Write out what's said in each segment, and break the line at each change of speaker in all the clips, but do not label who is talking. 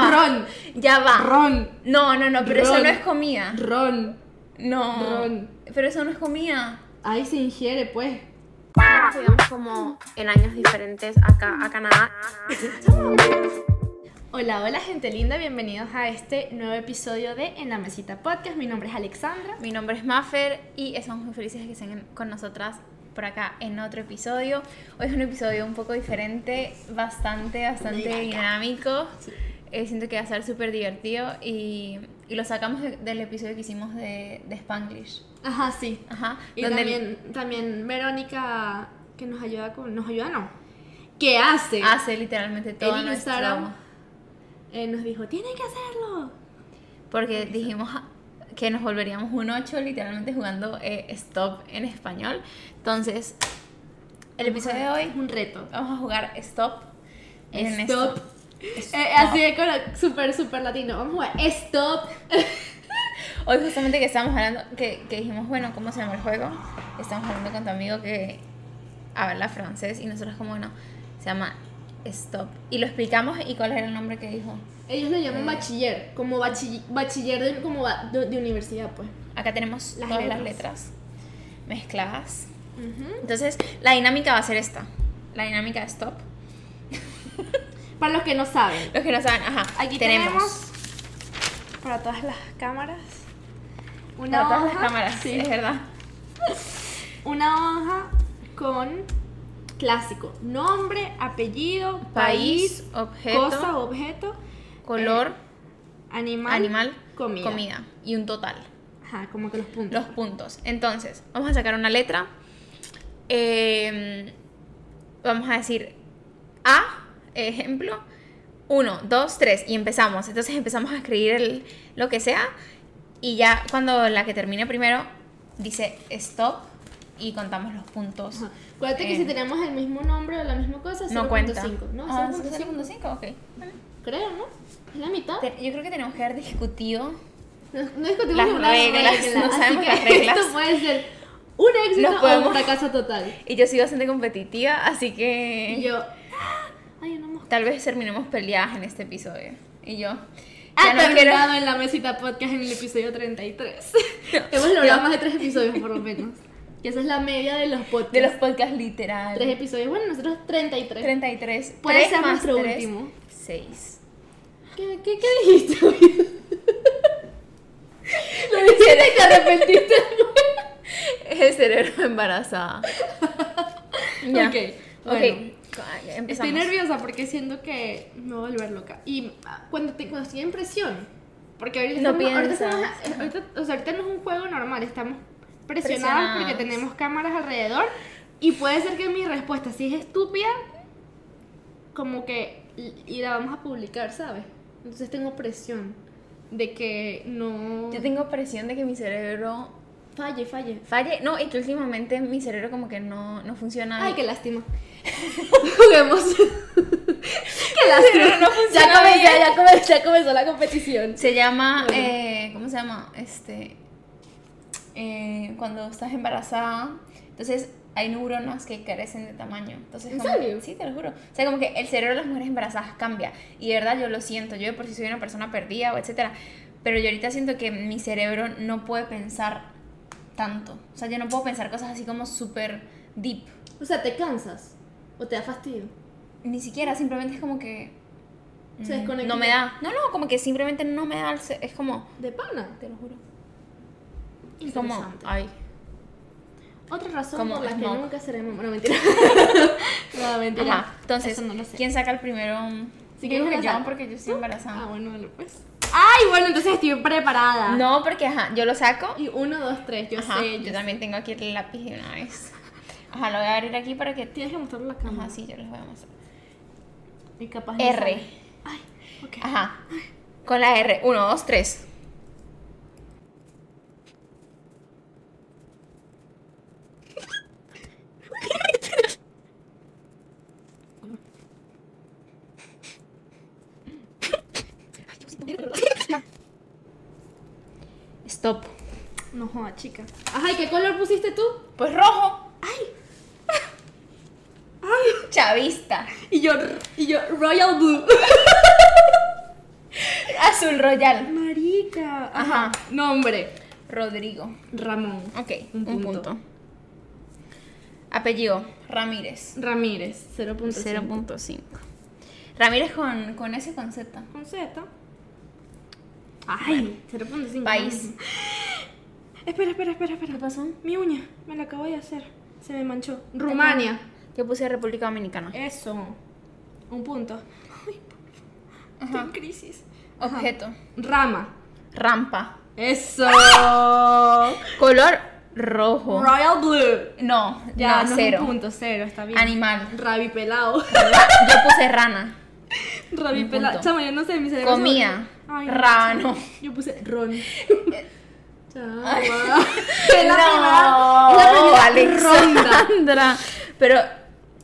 Ron.
Ya
Ah.
va.
Ron.
No, no, no, pero eso
Ron.
no es comida.
Ron.
No.
Ron.
Pero eso no es comida.
Ahí se ingiere, pues.
Estuvimos Ah, como en años diferentes acá a Canadá.
Hola, hola gente linda, bienvenidos a este nuevo episodio de En la Mesita Podcast. Mi nombre es Alexandra.
Mi nombre es Maffer y estamos muy felices de que estén en- con nosotras por acá en otro episodio. Hoy es un episodio un poco diferente, bastante, bastante dinámico. Eh, siento que va a ser súper divertido y, y lo sacamos de- del episodio que hicimos de, de Spanglish.
Ajá, sí.
Ajá.
Y
donde-
también, también Verónica, que nos ayuda con... ¿Nos ayuda? No. Que hace.
hace literalmente todo
en
nuestro
Instagram eh, nos dijo, tienen que hacerlo.
porque dijimos que nos volveríamos un 8 literalmente jugando eh, stop en español entonces el episodio de
Es
hoy
un reto.
vamos a jugar stop en
Stop.
esto.
Eh, así de colo- súper, súper latino. Vamos a jugar. Stop.
hoy justamente que estábamos hablando que, que dijimos bueno cómo se llama el juego estamos hablando con tu amigo que habla francés y nosotros como bueno se llama stop y lo explicamos y cuál era el nombre que dijo
Ellos lo llaman bachiller. Como bachill- bachiller de, como ba- de- de universidad, pues.
Acá tenemos
Las
todas las letras
letras.
mezcladas. Entonces, la dinámica va a ser esta. La dinámica de stop.
Para los que no saben.
Los que no saben, ajá.
Aquí tenemos, para todas las cámaras una
para todas
hoja,
las cámaras,
sí,
es verdad.
una hoja con clásico, nombre, apellido,
País,
país,
objeto,
cosa, objeto,
Color,
animal,
animal,
comida.
y un total.
Ajá, como que los puntos.
Los puntos. Entonces, vamos a sacar una letra. Eh, vamos a decir A, ejemplo. 1, 2, 3 y empezamos. Entonces empezamos a escribir el- lo que sea y ya cuando la que termine primero dice stop y contamos los puntos.
Ajá. Acuérdate que
Eh,
si tenemos el mismo nombre o la misma cosa,
no cuenta.
0.5. No,
Ah,
0.5.
0.5, ok.
Creo, ¿no? Es la mitad.
Te- Yo creo que tenemos que haber discutido
No, no discutimos
Las
ninguna
reglas,
regla,
no
así
sabemos
que
las reglas.
Esto puede ser un éxito
Nos
o
podemos-
un fracaso total.
y yo soy bastante competitiva, así que
Y yo, ¡ah! ay, una mosca.
tal vez terminemos peleadas en este episodio. Y yo
Ha
ya no quiero
Ah, terminado en la mesita podcast en el episodio 33. Hemos logrado más de tres episodios por lo menos. Que esa es la media de los podcasts.
de los podcasts literal.
tres episodios. Bueno, nosotros 33.
33.
Puede
Tres
ser
más
nuestro
tres,
último.
Seis.
¿Qué, qué, qué dijiste? güey? Lo dijiste y te arrepentiste.
Es el cerebro embarazada. ya.
Ok,
Ok.
bueno.
Empezamos.
Estoy nerviosa porque siento que me voy a volver loca. Y ah, cuando, te, cuando estoy en presión, porque ahorita,
No
estamos- ahorita,
piensas.
estamos- ahorita- o sea, ahorita no es un juego normal, estamos
Presionadas.
presionadas porque tenemos cámaras alrededor y puede ser que mi respuesta, si es estúpida, como que y y la vamos a publicar, ¿sabes? Entonces tengo presión de que no
Yo tengo presión de que mi cerebro
falle, falle.
falle. No, y que últimamente mi cerebro como que no, no funciona.
Ay, qué lástima. Juguemos. qué lástima.
no
ya,
funciona
comenzó,
bien.
ya, comenzó, ya comenzó la competición.
Se llama.
Bueno.
eh, ¿Cómo se llama? Este. eh, cuando estás embarazada. Entonces. Hay neuronas que carecen de tamaño. Entonces,
¿En
como-
serio?
Sí, te lo juro. O sea, como que el cerebro de las mujeres embarazadas cambia. Y de verdad, yo lo siento. Yo de por sí soy una persona perdida o etcétera. Pero yo ahorita siento que mi cerebro no puede pensar tanto. O sea, yo no puedo pensar cosas así como súper deep.
O sea, te cansas o te da fastidio.
Ni siquiera, simplemente es como que.
Se
mm,
desconecta.
No me da. No, no, como que simplemente no me da. el ce- Es como.
De pana.
Te lo juro. Es como,
Interesante.
ay,
Otra razón
Como
por la que
smoke.
nunca seremos. No, mentira. no, mentira.
ajá. Entonces,
Eso no lo sé.
¿quién saca el primero?
Si
Yo
quieres
creo que
la
yo,
saco.
porque yo estoy
Ah,
embarazada.
bueno, dale, pues. Ay, bueno, entonces estoy preparada.
Ah. No, porque ajá, yo lo saco.
Y uno, dos, tres, yo
Ajá,
sé.
yo
yo
también tengo aquí el lápiz de una vez. Ajá, lo voy a abrir aquí para que.
sé. Tienes que mostrar la cámara.
Ajá, sí, yo les voy a mostrar.
Y capaz no
R.
sale. Ay, ok.
Ajá. Con la R. Uno, dos, tres. Stop.
No joda, chica. Ajá, ¿y qué color pusiste tú?
Pues rojo. Ay. Chavista.
Y yo, y yo, Royal Blue.
Royal.
Marica.
Ajá.
Nombre.
Rodrigo.
Ramón.
Ok,
Un
un punto.
punto.
Apellido, Ramírez.
Ramírez. 0.0.
0.5. Ramírez con, con S con Z.
Con Z. Ay, 0.5.
País.
Espera, espera, espera, espera.
¿Qué pasó?
Mi uña, me la acabo de hacer. Se me manchó. Rumania.
Yo puse República Dominicana.
Eso. Un punto. Ay, por favor. Estoy en crisis.
Objeto.
Rama.
Rampa.
Eso.
Color rojo.
Royal Blue.
no,
Ya,
no,
no,
cero.
Es un punto cero, está bien.
Animal.
Rabi pelado.
Yo puse rana.
Rabi
Un
pelado.
punto.
Chama, yo no sé, mi cerebro. se
Comía.
volvió- Ay, no.
Rábano.
Yo puse ron. Chama.
Es
Es la
no,
primera- es la primera ronda.
Alexandra. Pero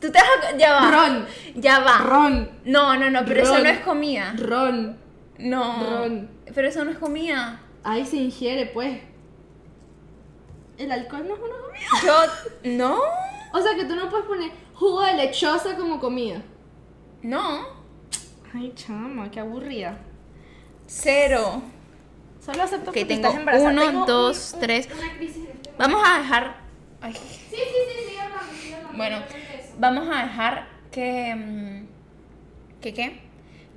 tú te vas a... Ya va.
Ron.
Ya va.
Ron.
No, no, no, pero eso
Ron.
no es comida.
Ron.
No.
Ron.
Pero eso no es comida.
Ahí se ingiere, pues. El alcohol no es una comida.
Yo... No.
O sea que tú no puedes poner jugo de lechosa como comida.
No.
Ay, chama, qué aburrida.
Cero.
Solo acepto
Ok,
porque
tengo
estás embarazada.
uno,
Tengo un-
dos,
un-
tres.
Una crisis. de-
Vamos a dejar... Ay.
Sí, sí, sí, sigue hablando, sigue hablando.
Bueno,
yo regreso.
vamos a dejar que... mm, ¿Que qué?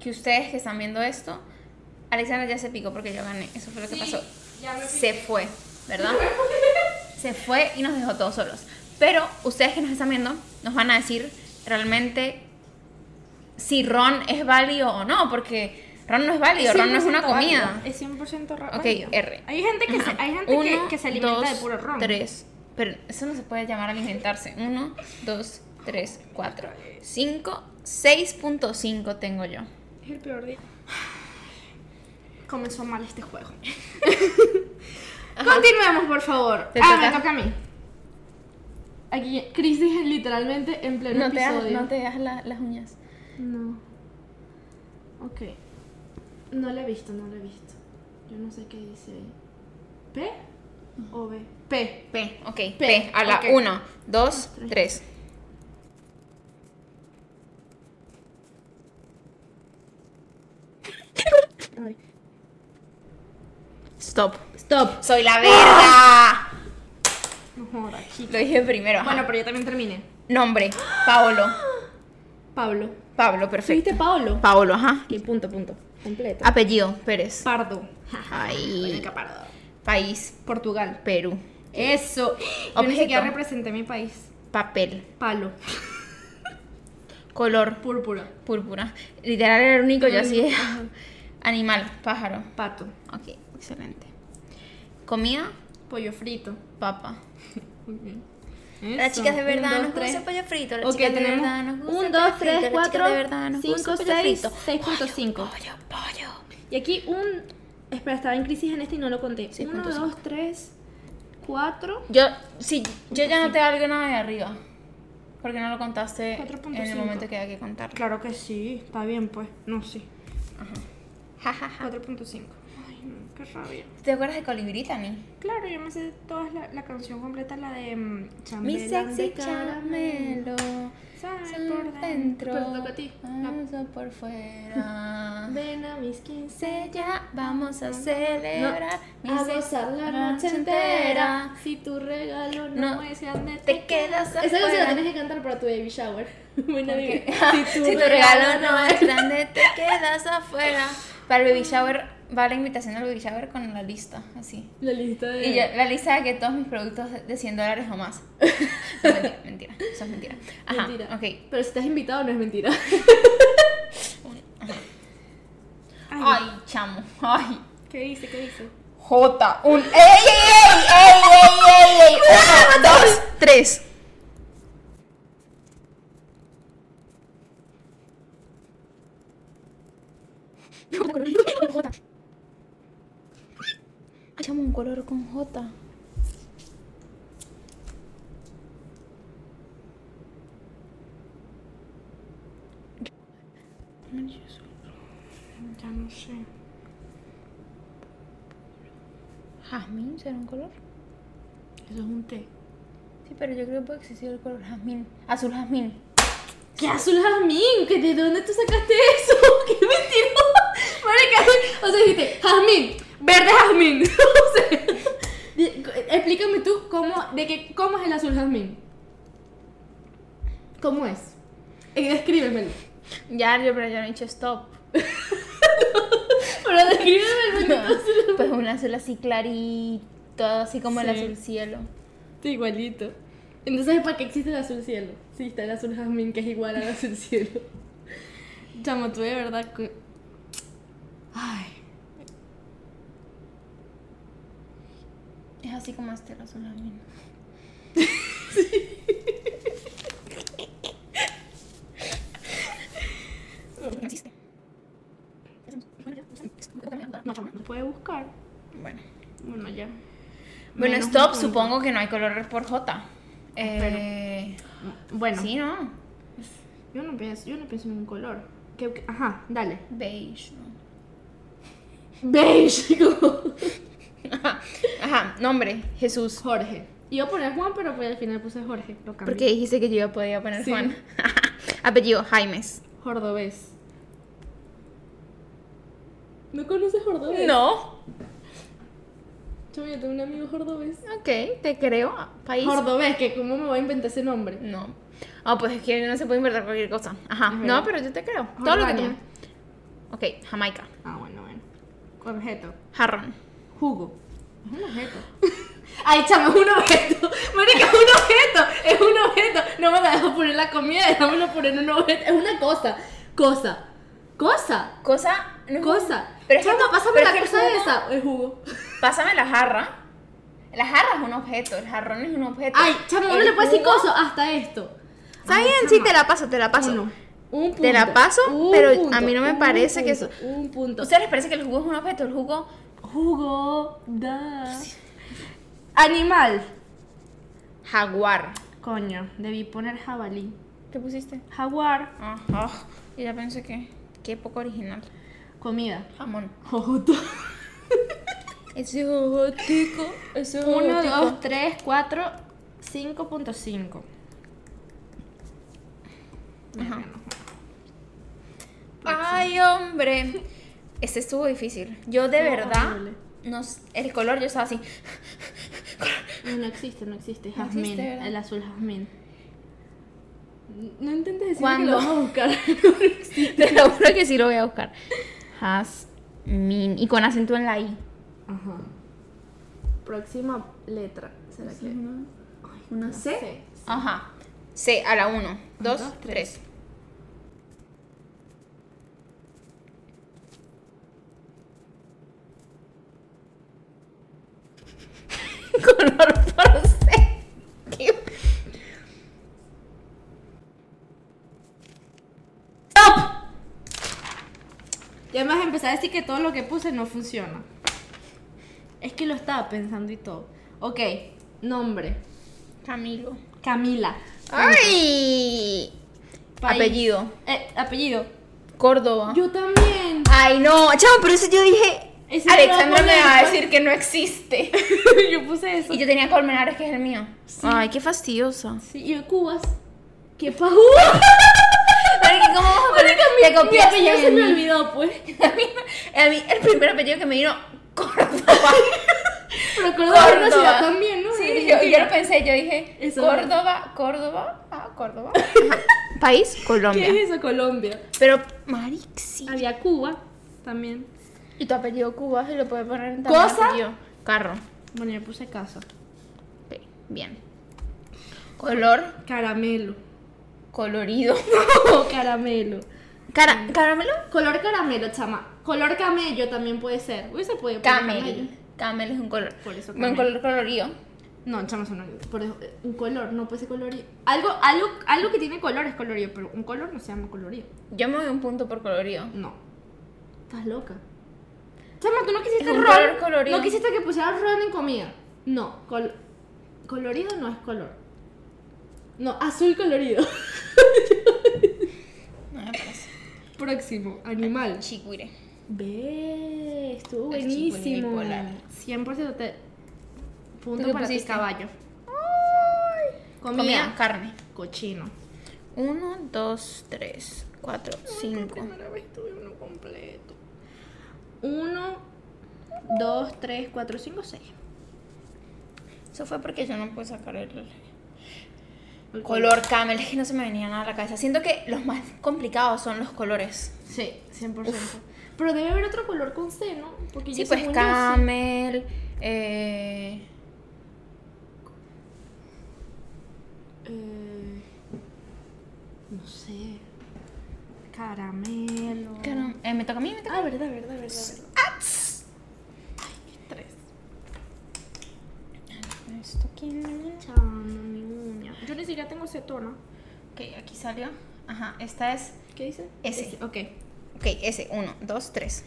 Que ustedes que están viendo esto... Alexandra ya se picó porque yo gané. Eso fue lo que
Sí,
pasó.
ya me fui.
se fue, ¿verdad? se fue y nos dejó todos solos. Pero ustedes que nos están viendo nos van a decir realmente si Ron es válido o no, porque Ron no es válido, Ron no es una
100%
comida.
válido, Es 100% ron.
Ok,
válido.
R.
Hay gente que, se, hay gente que, que se alimenta de puro ron.
Tres. Pero eso no se puede llamar alimentarse. Uno, dos, tres, cuatro, cinco, 6.5 tengo yo.
Es el peor día. Comenzó mal este juego. Continuemos, por favor.
Te
ah,
toca.
me toca a mí. Aquí, crisis en- literalmente en pleno
No te, hagas,
episodio.
no te hagas la- las uñas.
No. Ok. No lo he visto, no lo he visto. Yo no sé qué dice ahí. ¿P o B? P.
P, ok. P,
P,
a la
ok.
uno, dos,
Tres.
tres. Stop.
Stop.
Soy la verga.
No joda, aquí.
Lo dije primero. ajá.
Bueno, pero yo también terminé.
Nombre. Paolo.
Pablo.
Pablo, perfecto.
¿Viste Pablo?
Paolo, ajá.
Y punto, punto. Completo.
Apellido, Pérez.
Pardo.
Ay.
Mónica Pardo.
País,
Portugal.
Perú.
Eso. Yo ni
Objeto.
siquiera representé mi país.
Papel.
Palo.
Color.
Púrpura.
Púrpura. Literal era el único, yo así. Animal, pájaro.
Pato.
Ok, excelente. Comida,
Pollo frito.
papa.
Eso. Un, dos, tres.
frito.
Ok, tenemos 1, 2, 3, 4, 5, 6, 6.5.
Pollo, pollo.
Y aquí un... Espera, estaba en crisis en este y no lo conté. 1,
6.5.
2, 3, 4...
Yo, sí, yo ya no te valgo nada de arriba. Porque no lo contaste en
4.5.
el momento que hay que contar.
Claro que sí, está bien pues. No, sí.
Ja, ja, ja.
4.5. Ah. Ay, no, qué rabia.
¿Te acuerdas de Colibrí, Tani?
Claro, yo me sé toda la, la canción completa, la de... mm,
Mi
Chambelán de
sexy
caramelo.
caramelo.
Sabe
sal Ah.
por dentro.
Pero
pues toca a ti.
Vamos por fuera.
Ven a mis 15.
Se ya vamos a celebrar mi
a
sexo
gozar la noche entera. Si tu regalo no,
No,
es grande,
Te quedas afuera.
Esa canción la tienes que cantar para tu baby shower. Muy navideño.
si, tu regalo no es grande, te quedas afuera. Para el baby shower, va la invitación al baby shower con la lista, así.
La lista de.
Y yo, la lista de que todos mis productos de 100 dólares o más. No, mentira, mentira, eso es mentira. Ajá,
Mentira.
ok.
Pero si estás invitado, no es mentira.
Ay, chamo, ay.
¿Qué dice? ¿Qué dice?
J, un. ¡Ey, ey, ey! ¡Ey, ey, ey! ey! Uno, dos, tres. Llama un color con J.
Ya no sé.
¿Jazmín será un color?
Eso es un té.
Sí, pero yo creo que puede existir el color jazmín. Azul jazmín.
¿Qué azul jazmín? ¿Que ¿De dónde tú sacaste eso? ¡Qué mentira! Marica, o Entonces dijiste, jazmín, verde jazmín. O sea, di- explícame tú cómo, de que, cómo es el azul jazmín. ¿Cómo es? Eh, Descríbemelo.
Ya, yo, pero yo no he dicho stop.
Pero descríbemelo.
Pues un azul así clarito, así como el
Sí.
azul cielo.
Sí, igualito. Entonces, ¿para qué existe el azul cielo? Sí, está el azul jazmín que es igual al azul cielo. Chamo, tú de verdad que... Ay,
Es así como este el azul jazmín. Sí.
no, chamo, no puede buscar.
Bueno.
Bueno, ya.
Bueno,
Menos un
stop,
punto.
supongo que no hay colores por J. Eh,
Bueno,
Sí, ¿no?
yo, no pienso, yo no pienso en un color. ¿Qué- qué- Ajá, dale.
Beige, ¿no?
Beige.
Ajá, ajá, nombre, Jesús.
Jorge. Iba a poner Juan, pero pues al final puse Jorge. Lo cambié.
Porque dijiste que yo iba- podía poner
Sí.
Juan. Apellido, Jaimes.
Jordobés. ¿No conoces Jordobés?
No.
Chamo, yo tengo un amigo Jordobés.
Ok, te creo. País.
Jordobés, que cómo me voy a inventar ese nombre.
No. Ah, pues es que no se puede inventar cualquier cosa. Ajá.
Es
No,
verdad.
pero yo te creo. Todo lo que tú.
Jordania.
Ok, Jamaica.
Ah, bueno, bueno. Objeto.
Jarrón.
Jugo. Es un objeto. Ay, chamo, es un objeto. Marica, es un objeto. Es un objeto. No me la dejo poner la comida, déjamelo poner un objeto. Es una cosa. Cosa. Cosa.
Cosa. no es
Cosa.
Pero es que
Chamo,
no-
pásame
pero
la
es que el
cosa
jugo-
esa. El jugo.
un- Pásame la jarra. La jarra es un objeto. El jarrón es un objeto.
Ay, chamo, uno
El
le puede decir
jugo-
cosa hasta esto.
Está
Ay,
bien,
chama.
sí, te la paso, te la paso.
Uno. Un punto.
Te la paso,
Un
pero
punto,
a mí no me
un
parece que
punto, Un punto.
¿Ustedes les parece que el jugo es un objeto? El jugo.
Jugo, da. Animal.
Jaguar.
Coño, debí poner jabalí.
¿Qué pusiste?
Jaguar.
Ajá. Y ya pensé que. Qué poco original.
Comida.
Jamón.
Jojoto.
Ese es ojotico. Ese es
1,
ojotico.
2, 3, 4, 5.5.
Ajá. Ay, hombre. Este estuvo difícil. Yo de
Estuvo
verdad.
horrible.
No, s- el color yo estaba así.
No, no existe, no existe.
No
Jazmín.
existe, ¿verdad?
el azul jazmín. No intentes decir que
¿Cuándo?
lo vas a buscar.
Te lo juro que sí lo voy a buscar. Jasmine. Y con acento en la I.
Ajá.
Próxima letra. ¿Será que? Ay, una C.
Ajá. C, a la 1, 2,
dos,
3. Color por C. Qué- ¡Stop!
Y además empecé a decir que todo lo que puse no funciona. Es que lo estaba pensando y todo. Ok, nombre.
Camilo.
Camila.
¡Ay!
País.
Apellido.
Eh, apellido.
Córdoba.
Yo también.
Ay, no. Chao, pero eso yo dije.
Ese no lo
Alexandra me va a
conozco.
decir que no existe.
yo puse eso.
Y yo tenía Colmenares, que es el mío. Ay, qué fastidiosa.
Sí, y yo Cubas. ¿Qué pajúa?
¿Cómo vas a poner que te
Mi
copiaste
apellido
de
se me
mí?
olvidó, pues.
A mí, a mí el primer apellido que me vino, Córdoba.
Pero Córdoba es una ciudad también, ¿no?
Sí, yo, yo lo pensé, yo dije,
Eso.
Córdoba, Córdoba, ah, Córdoba. Ajá. País, Colombia.
¿Qué Ah, es eso, Colombia?
Pero, Marixi.
Había Cuba también.
Y tu apellido Cuba se lo puedes poner en
también
apellido.
apellido.
Carro.
Bueno, yo puse casa.
Ok, bien. Color,
Caramelo.
colorido.
caramelo.
Cara, ¿Caramelo?
Color caramelo, chama. Color camello también puede ser. Uy, se puede poner camello.
Camel. Camel es un color.
Por eso
un
camel.
color colorido.
No, chama, eso no. Por eso, eh, un color, no puede ser colorido. Algo, algo, algo que tiene color es colorido, pero un color no se llama colorido.
Yo me doy un punto por colorido.
No. Estás loca. Chama, tú no quisiste
Es un
ron.
color colorido.
No quisiste que pusieras ron en comida. No, col- colorido no es color. No, azul colorido.
No Ah, me parece.
Próximo, animal.
Chihuire.
Ve, estuvo
El chico
buenísimo.
unipolar.
100% te.
¿Tú qué
Punto para ti,
pusiste?
caballo. Comida.
Comida, carne.
Cochino.
1, 2, 3, 4, 5.
Primera vez tuve uno completo. Uno. 2, 3, 4, 5, 6.
Eso fue porque yo no pude sacar el color camel. Es que no se me venía nada a la cabeza. Siento que los más complicados son los colores.
Sí, 100%. Pero debe haber otro color con C, ¿no? Porque
Sí,
yo
pues
según yo sí.
camel. Eh,
Eh, no sé. Caramelo.
caram- Ah. eh, me toca a mí, me toca a
Ah,
mí.
verdad, verdad, verdad. verdad.
Ah.
Tres.
Esto aquí no.
Chamo, mi uña. Yo ni siquiera tengo ese tono.
Ok, aquí salió. Ajá, esta es.
¿Qué dice?
Ese.
Ese, Ok.
Ok, ese. Uno, dos, tres.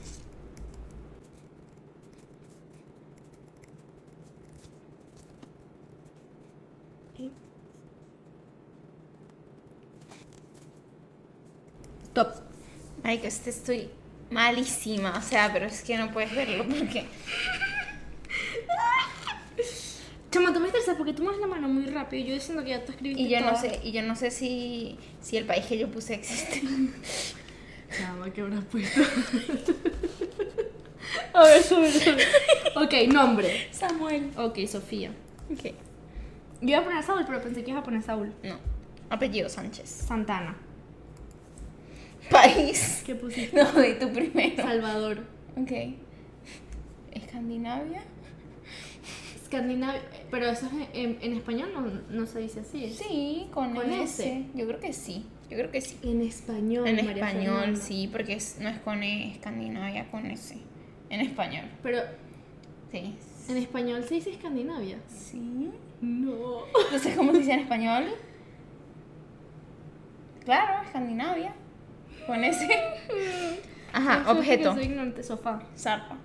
Top.
Ay, que este estoy malísima. O sea, pero es que no puedes verlo porque.
Chama, tú me estresas porque tú mueves la mano muy rápido. y Yo diciendo que ya tú escribiste.
Y yo no
todas.
sé, y yo no sé si, si el país que yo puse existe.
Chama, ¿qué habrás puesto? a ver, sube, sube. Ok, nombre.
Samuel.
Ok, Sofía.
Ok.
Yo iba a poner Saúl, pero pensé que ibas a poner Saúl.
No. Apellido Sánchez.
Santana.
País.
¿Qué pusiste?
No, de tu primero.
Salvador.
Ok. Escandinavia.
Escandinavia. Pero eso es en, en- en español no, no se dice así.
Sí, con,
¿Con
el
ese?
S. Yo creo que sí. Yo creo que sí.
En español.
En
María
español,
Fernanda.
sí, porque es- no es con E, Escandinavia con S. En español.
Pero
Sí.
en español se dice Escandinavia.
Sí.
No.
Entonces, ¿cómo se dice en español? Claro, Escandinavia. Con ese. Ajá, Ah, objeto.
Soy ignorante, sofá.
Zarpa.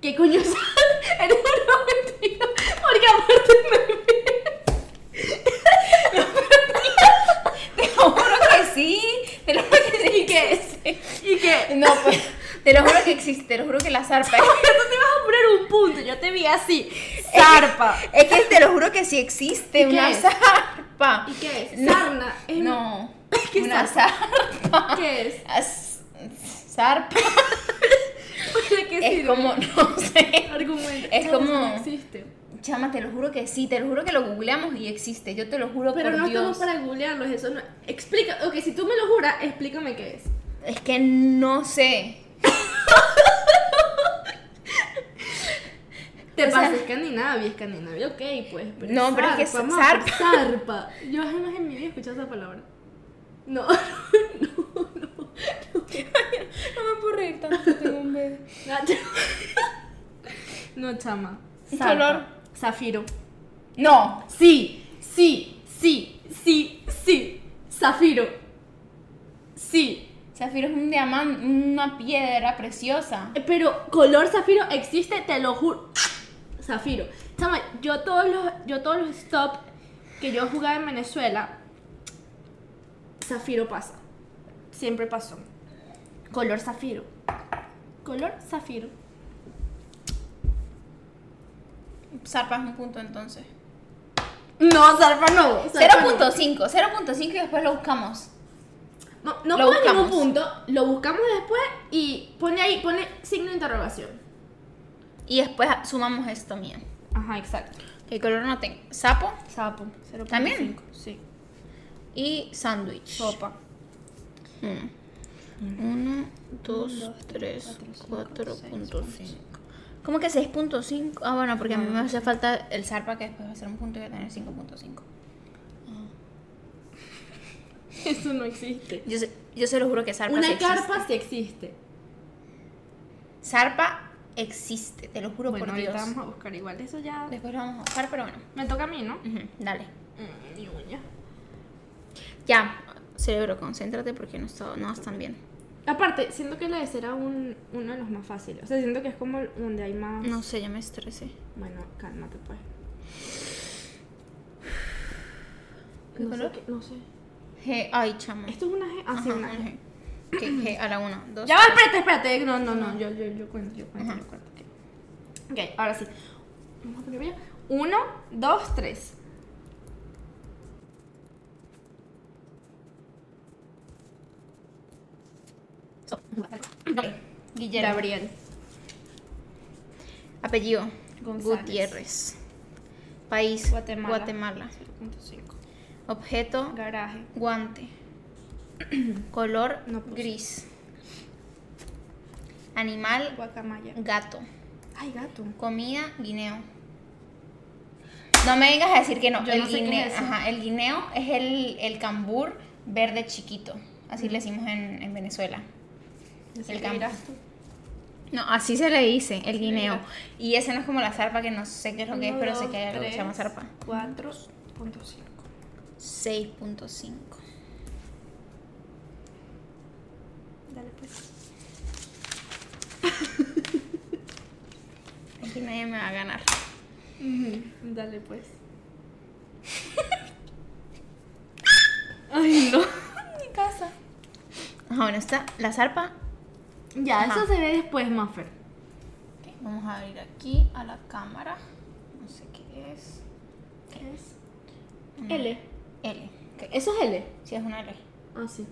¿Qué coño es? Eres una mentira. Porque aparte
Te lo juro que sí. Te lo juro que sí. ¿Y qué es?
me... ¿Y qué?
No, pues. Te lo juro que existe. Te lo juro que la zarpa es.
Pero tú te ibas a poner un punto. Yo te vi así. Zarpa.
Es que te lo juro que sí existe
¿Y qué
una
es?
zarpa.
¿Y qué es?
No.
Sarna. Es-
No.
¿Qué
una zarpa.
¿Qué es?
As- Zarpa.
¿De qué
Es
sirve?
como, no sé.
Argumento.
es
Chama, eso
como-
No existe.
Chama, te lo juro que sí, te lo juro que lo googleamos y existe. Yo te lo juro
Pero
por
no
Dios.
estamos para googlearlos, eso no. Explica, ok, si tú me lo juras, explícame qué es.
Es que no sé.
Te
O sea-
pasa Escandinavia, Escandinavia, ok, pues.
No, pero es que es
mamá,
zarpa.
Zarpa. Yo jamás en mi vida he escuchado esa palabra. No, no, no.
No me puedo reír tanto, tengo un bebé.
No, chama.
¿Un
Zarpa.
color?
Zafiro.
No.
Sí, sí, sí, sí, sí. Zafiro. Sí.
Zafiro es un diamante, una piedra preciosa.
Pero color zafiro existe, te lo juro. Zafiro. Chama, yo todos los, yo todos los stop que yo jugaba en Venezuela, zafiro pasa. Siempre pasó. Color zafiro. Color zafiro.
Zarpa es un punto entonces.
No, zarpa no. zarpa no.
0.5, 0.5 y después lo buscamos.
No, no
Lo
pongas ningún
buscamos.
punto. Lo buscamos después y pone ahí, pone signo de interrogación.
Y después sumamos esto mío.
Ajá, exacto.
¿Qué color no tengo? Sapo
Sapo. 0.5.
¿También?
Sí.
y sándwich.
Sopa.
Uno. Uno, dos, tres, cuatro punto cinco. ¿Cómo que 6.5? Ah, bueno, porque a mí me hace falta el zarpa que después va a ser un punto y voy a tener 5.5.
Eso no existe.
Yo se, yo se lo juro que zarpa
Una
sí existe.
carpa sí existe.
Zarpa existe, te lo juro
Bueno,
por
ahorita
Dios.
vamos a buscar igual. Eso ya.
Después lo vamos a buscar, pero bueno.
Me toca a mí, ¿no?
Ujú, dale.
Mm, Mi uña.
Ya, cerebro, concéntrate porque no, está, no están bien.
Aparte, siento que la de cera un, uno de los más fáciles. O sea, siento que es como donde hay más.
No sé, ya me estresé.
Bueno, cálmate pues.
¿Qué
no
color?
Sé qué- no sé.
G, ay, chamo.
Esto es una G. Ah, sí,
Ajá,
una G.
G. Ok, G, a la una, dos.
Ya va, espérate, espérate. No, no, no. Yo, yo, yo cuento, yo cuento, yo cuento. ok. Ok, ahora sí. Vamos a poner bien. Uno, dos, tres.
Guillermo.
Gabriel.
Apellido.
González.
Gutiérrez. País.
Guatemala.
Guatemala.
0.5.
Objeto.
Garaje.
Guante. Color.
No puse.
gris. Animal.
Guacamaya.
Gato.
Ay, gato.
Comida. Guineo. No me vengas a decir que no.
Yo
el,
no sé qué
guineo,
es eso.
ajá, el guineo es el, el cambur verde chiquito. Así le decimos en, en Venezuela. El campo. No, así se le dice, el guineo. Y ese no es como la zarpa, que no sé qué es lo que es, pero sé que hay algo que se llama zarpa.
4.5.
6.5.
Dale pues.
Aquí nadie me va a ganar.
Dale pues. Ay, no. Mi casa.
Ajá, bueno, está la zarpa.
Ya,
Ajá.
eso se ve después, Maffer.
Ok, Vamos a abrir aquí a la cámara. No sé qué es. Mm,
¿Qué es? L.
L. ok,
¿Eso es L?
Sí, es una L.
Ah, sí.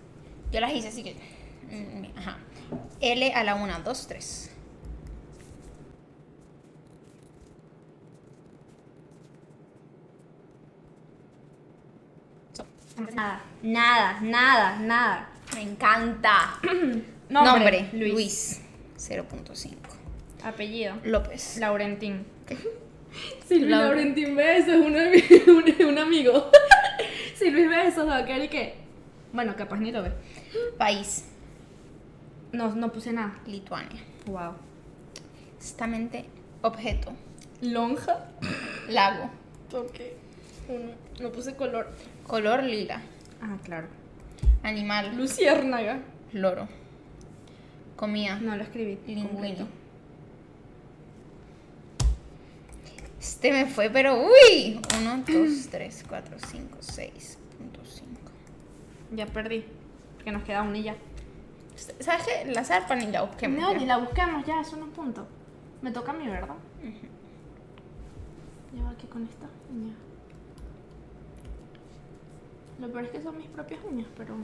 Yo las hice así que. mm, bien, Ajá. L a la 1, 2, 3.
Nada, nada, nada, nada.
Me encanta.
Nombre,
Nombre,
Luis.
Luis. 0.5.
Apellido.
López.
Laurentín.
Silvi
Laura.
Laurentín ve eso, es un, ami- un, un amigo.
Si Luis ve eso, va a caer y que. Bueno, capaz ni lo ve.
País.
No, no puse nada.
Lituania.
Wow.
Exactamente. Objeto.
Lonja.
Lago.
Ok. Uno. No puse color.
Color lila.
Ah, claro.
Animal.
Luciérnaga.
Loro. Comida.
No lo escribí.
Lingüino.
completo.
Este me fue, pero uy. 1, 2, 3, 4, 5, 6.
Ya perdí. Porque nos queda una y ya.
Este, ¿Sabes qué? La zarpa ni la busquemos.
No,
ya.
ni la buscamos ya, eso no es punto. Me toca a mí, ¿verdad? Lleva aquí con esta uña. Lo peor es que son mis propias uñas, pero.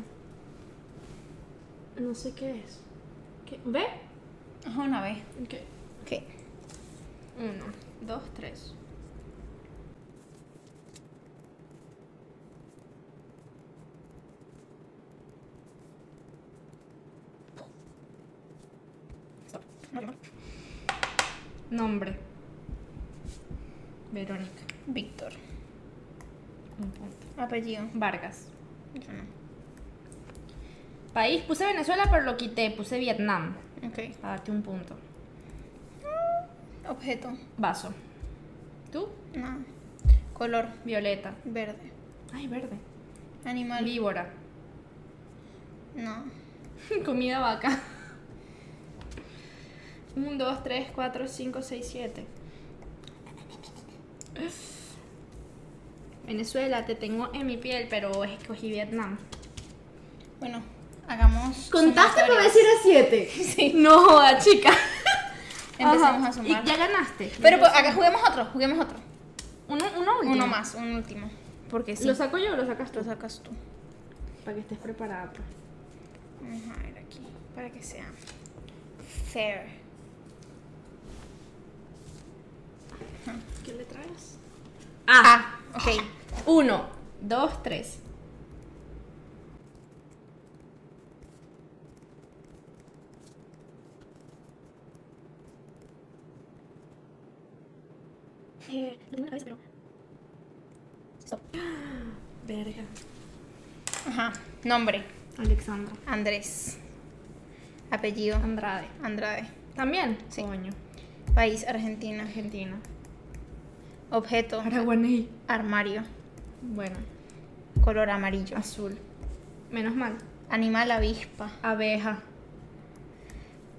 No sé qué es. ¿Qué? ¿Ve?
Ajá, una vez.
¿Qué?
Ok.
Uno, dos, tres. Nombre. Verónica.
Víctor.
Un punto.
Apellido.
Vargas.
Yo no.
País, puse Venezuela, pero lo quité. Puse Vietnam.
Ok.
Para darte un punto.
Objeto.
Vaso. ¿Tú?
Nada. Color.
Violeta.
Verde.
Ay, verde.
Animal.
Víbora.
No.
Comida vaca. 1, 2, 3, 4, 5, 6, 7. Venezuela, te tengo en mi piel, pero escogí Vietnam.
Bueno, hagamos.
¿Contaste para
sumatorias.
decir a 7?
Sí. No joda, chica.
Empecemos
Ajá.
a sumar.
Y ya ganaste.
Pero pues, acá juguemos otro, juguemos otro.
uno, uno último.
Uno más, un último. Porque si
¿Lo saco yo o lo sacas tú?
lo sacas tú.
Para que estés preparada. pues.
Vamos a ver aquí, para que sea fair.
¿Qué le traes?
Ah, ok.
Uno, dos, tres.
Verga.
Ajá. Nombre,
Alexandra.
Andrés. Apellido,
Andrade.
Andrade.
¿También?
Sí.
Coño.
País, Argentina.
Argentina.
Objeto,
Paraguaní.
armario.
Bueno,
Color amarillo.
azul. Menos mal.
Animal, avispa.
Abeja.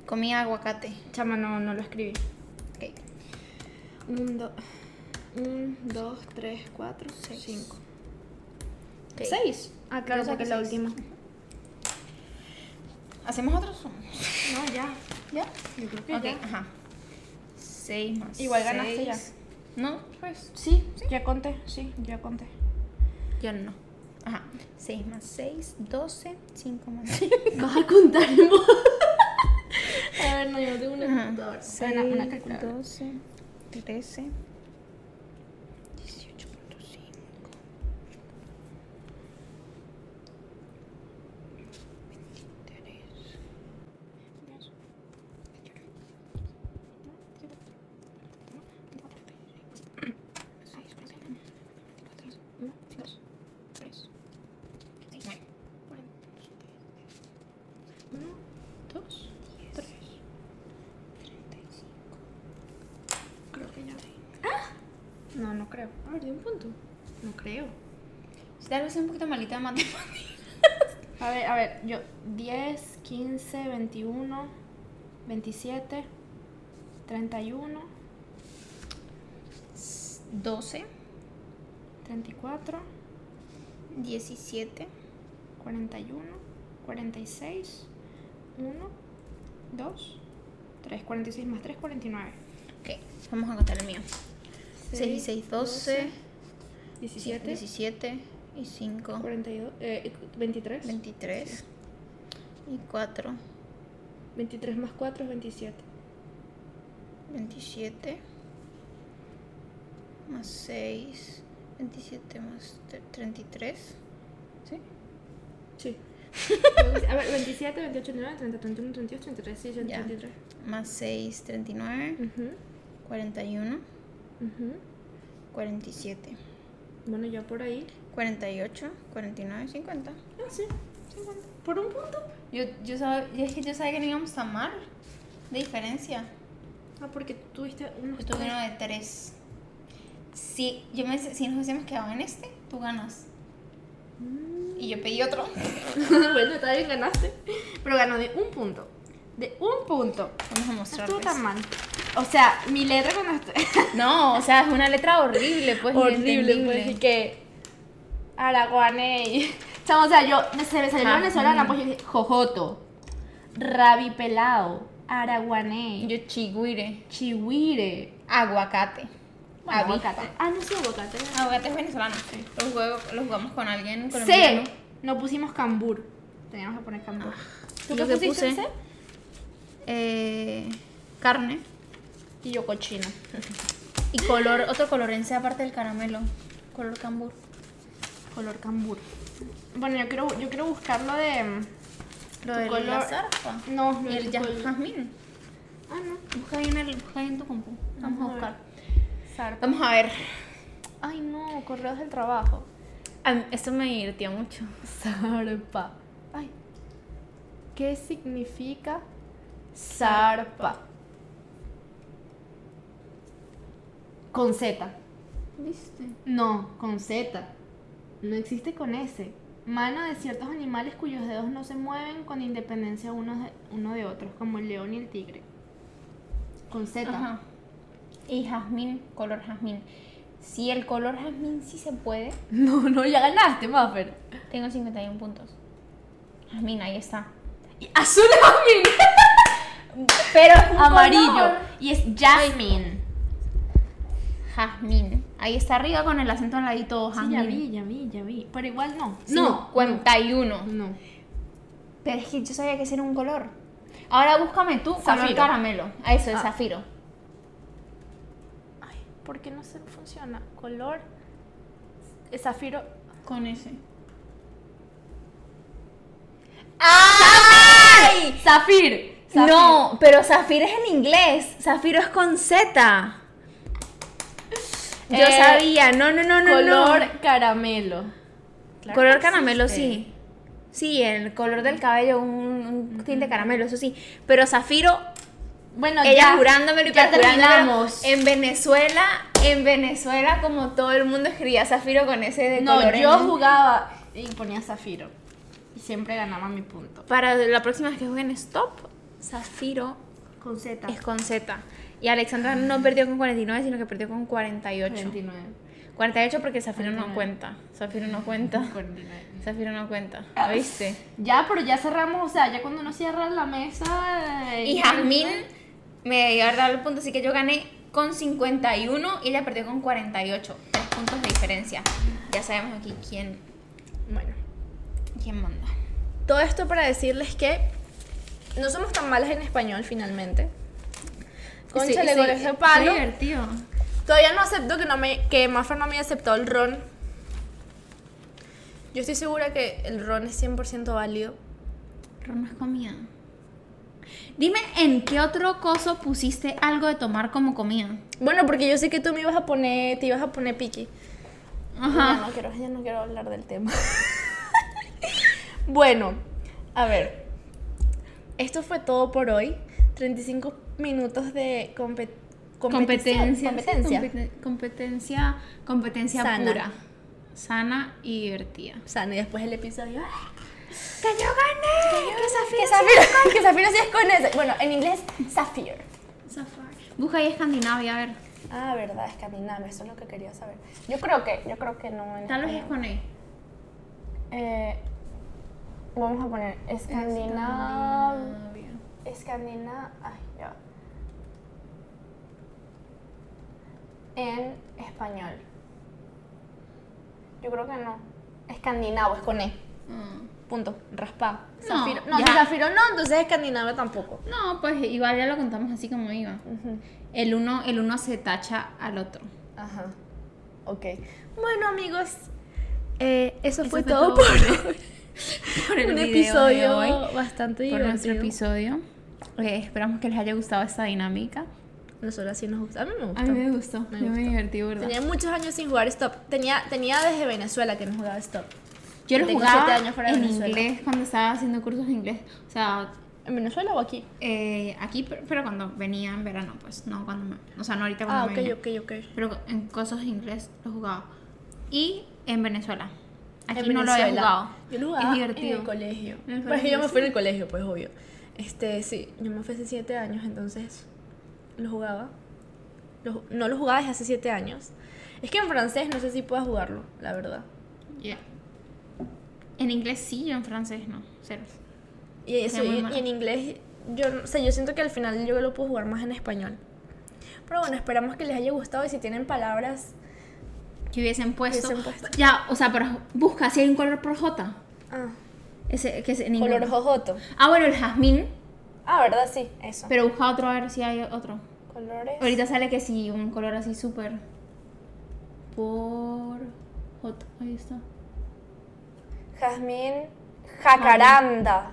Comida, aguacate.
Chama, no, no lo escribí.
Ok.
1, 2, 3, 4, 5.
ok.
6. Ah, claro,
Yo saqué
porque es la
seis.
última.
¿Hacemos otro zoom?
No, ya.
¿Ya?
Yo creo que
Ok,
ya.
ajá. 6 más
Igual ganaste ya.
seis. No, pues.
Sí, ya conté. Sí, ya conté.
Yo no. Ajá. 6 más 6, 12. 5 más
Vas a contar en voz.
A ver, no, yo no tengo una computadora. Una, una calculadora.
12, 13.
35. Creo que ya. ¡Ah! No, no creo. A ver, di un punto. No creo.
Tal vez soy un poquito malita de matemáticas.
A ver, a ver, yo 10, 15, 21, 27, 31,
12,
34,
17,
41, 46, 1, 2, 3, 46 más 3, 49,
Ok, vamos a contar el mío. 6 y 6, 12,
17,
17 y 5,
42, eh, 23,
23 y 4,
23 más 4 es 27,
27 más 6, 27 más tre- 33. ¿Sí?
sí. Creo que sí. A ver, 27, 28, 29, 30, 31, 32, 33, sí,
Ya.
33.
Más 6, 39,
Ujú,
41,
ujú.
47,
Bueno, ya por ahí.
48, 49, 50.
Ah, sí, 50. Por un punto.
Yo, yo, sab- yo es que yo sabía que no íbamos tan mal de diferencia.
Ah, porque tú tuviste unos
Yo tuve uno de tres. Si, yo me, si nos hubiésemos quedado en este, tú ganas.
Mm.
Y yo pedí otro.
bueno, está bien, ganaste. Pero ganó de un punto. De un punto.
Vamos a
No estuvo
mostrarles.
tan mal. O sea, mi letra cuando estu-
No, o sea, es una letra horrible, pues.
Horrible,
inentendible.
pues, y que. Araguane y. Chamo, o sea, yo se me salió
Ah,
venezolana,
mm.
pues yo dije Jojoto, Rabipelado, Araguané,
Yo chigüire.
Chihuire.
Aguacate.
Bueno,
avispa.
aguacate. Ah, no sí, aguacate.
Aguacate es venezolano. Lo, juego, lo jugamos con alguien
C.
colombiano.
No pusimos cambur. Teníamos que poner cambur.
¿Tú qué pusiste en C? Eh, carne.
Y yo cochino.
Y color, otro color en C aparte del caramelo. Color cambur.
Color cambur. Bueno, yo quiero, yo quiero buscarlo de.
Lo
Tu
de la
color-
zarpa.
No, no
Y el
tu
ya-
col-
jazmín.
Ah, no.
Busca ahí, en el- busca ahí en tu compu. Vamos a
Vamos a
buscar.
Sarta.
Vamos a ver.
Ay, no, correos del trabajo.
A mí- Ah, Esto me divirtió mucho.
Zarpa. Ay. ¿Qué significa zarpa? Con Z.
¿Viste?
No, con Z. No existe con S. Mano de ciertos animales cuyos dedos no se mueven con independencia unos de, uno de otros, como el león y el tigre. Con Z.
Ajá. Y jazmín, color jazmín. Si el color jazmín sí se puede,
No, no, ya ganaste, Muffer.
tengo 51 puntos. Jazmín, ahí está.
Y Azul jazmín.
Pero es un
Amarillo.
color.
Y es jasmine.
Jazmín. Ahí está arriba con el acento al ladito
Sí, ya vi,
jazmín.
ya vi, ya vi. Pero igual no.
51.
No.
Pero es que yo sabía que ese era un color. Ahora búscame tú color
Zafiro.
caramelo. Ah, Eso, el
Ah.
zafiro.
Ay, ¿por qué no se funciona? Color. eh, Zafiro.
Con ese. ¡Ay!
¡Zafir!
No, pero Zafiro es en inglés. Zafiro es con Z. Yo
Eh,
sabía. No, no, no, no,
Color
no.
caramelo.
color caramelo, sí. Sí, el color del cabello, un, un tinte caramelo, eso sí. Pero Zafiro,
Bueno,
ella
ya,
jurándomelo y
ya
perjurándomelo,
terminamos.
En Venezuela, en Venezuela, como todo el mundo escribía Zafiro con ese de
no,
color en-
yo jugaba y ponía zafiro. Y siempre ganaba mi punto.
Para la próxima vez que jueguen Stop, Zafiro
Con Z.
es con Z. Y Alexandra no perdió con 49, sino que perdió con 48.
49.
48 porque Zafiro no
49.
cuenta. Zafiro no cuenta.
49.
Zafiro no cuenta.
Ah.
¿Lo viste?
Ya, pero ya cerramos, o sea, ya cuando uno cierra la mesa. eh,
Y Jazmín me dio a dar el punto, así que yo gané con 51 y ella perdió con 48. Tres puntos de diferencia. Ya sabemos aquí quién,
Bueno,
quién manda.
Todo esto para decirles que
no somos tan malas en español finalmente.
Sí,
Conchale,
sí,
con ese palo.
Fue divertido.
Todavía no acepto que, no me, que Mafra no me haya aceptado el ron. Yo estoy segura que el ron es 100% válido.
Pero no es comida. Dime, ¿en qué otro coso pusiste algo de tomar como comida?
Bueno, porque yo sé que tú me ibas a poner, te ibas a poner piqui.
Ajá.
Ya no quiero, ya no quiero hablar del tema. bueno, a ver. Esto fue todo por hoy. 35 minutos de compe-
competencia.
competición- competencia.
sí, competen- competencia, competencia
Sana.
pura. Sana y divertida.
Sana, y después el episodio. ¡ah!
¡Que yo gané!
Que Zafiro, que Zafiro sí es con ese. Bueno, en inglés, Zafir.
Busca ahí Escandinavia, a ver.
Ah, verdad, Escandinavia, eso es lo que quería saber. Yo creo que, yo creo que no. en
Tal vez es
español.
con E.
Eh, vamos a poner Escandinavia. Escandinavia. Ay, ya. va. En español. Yo creo que no. Escandinavo es con E.
Mm.
Punto. Raspado. Zafiro. No,
ya.
si Zafiro no, entonces escandinavo tampoco.
No, pues igual ya lo contamos así como iba. El uno, el uno se tacha al otro.
Ajá. Ok. Bueno, amigos. eh, eso,
Eso
fue,
fue
todo,
todo
por
Por el video
un
de
episodio
hoy,
bastante
por nuestro
divertido.
episodio. Eh, esperamos que les haya gustado esta dinámica.
Nosotras sí nos gusta. A mí me gusta.
A mí me gustó, me,
gustó.
me divertí, ¿verdad?
Tenía muchos años sin jugar Stop. Tenía, tenía desde Venezuela que no jugaba Stop.
Yo lo
Tengo
jugaba
siete años fuera de
en
Venezuela.
inglés cuando estaba haciendo cursos de inglés. O sea,
¿En Venezuela o aquí?
eh, aquí, pero, pero cuando venía en verano, pues, no cuando me- O sea, no ahorita cuando
Ah,
me
ok,
vine.
ok, ok.
Pero en cosas de inglés lo jugaba. Y en Veneela. Aquí
En
no lo había
Venezuela.
jugado.
Yo lo jugaba
Es divertido.
en el colegio.
En el
Pero es que yo me
colegio,
fui en el colegio, pues obvio. Este, sí, yo me fui hace 7 años, entonces lo jugaba. Lo ju- no lo jugaba desde hace 7 años. Es que en francés no sé si pueda jugarlo, la verdad.
Yeah. En inglés sí, yo en francés no. Cero.
Y, eso,
Era muy
y,
malo.
y en inglés, yo, no- o sea, yo siento que al final yo lo puedo jugar más en español. Pero bueno, esperamos que les haya gustado y si tienen palabras...
Que hubiesen puesto.
Hubiesen puesto.
Ya, o sea, pero busca si hay un color por J.
Ah,
Ese, que es en inglés.
color jojoto.
Ah, bueno, el jazmín.
Ah, verdad, sí, eso.
Pero busca otro a ver si hay otro.
Colores.
Ahorita sale que sí, un color así súper. Por. J. Ahí está.
Jazmín. Jacaranda.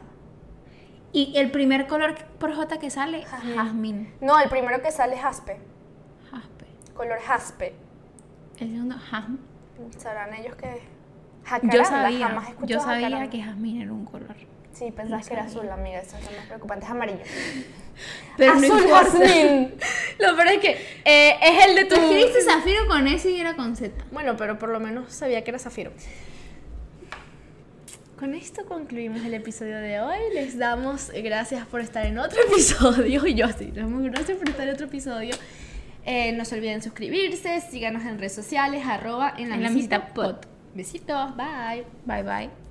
Y el primer color por J que sale,
Jazmín.
jazmín.
No, el primero que sale es jaspe.
Jaspe.
Color jaspe.
El segundo, jazmín.
Sabrán ellos que es.
Yo
Jacaranda. Jamás
sabía,
escuché
yo sabía
jacaranda.
que jazmín era un color.
Sí, pensabas que era azul, amiga. Eso es lo más preocupante. Es amarillo.
Pero no
azul
importa.
jazmín. lo peor es que eh, es el de
Tú escribiste
tu.
zafiro con S y era con Z.
Bueno, pero por lo menos sabía que era zafiro. Con esto concluimos el episodio de hoy. Les damos gracias por estar en otro episodio. Y yo sí, les damos gracias por estar en otro episodio. Eh, no se olviden suscribirse, síganos en redes sociales, arroba en la,
En la
mesita
mesita
pod.
pod.
Besitos, bye.
Bye bye.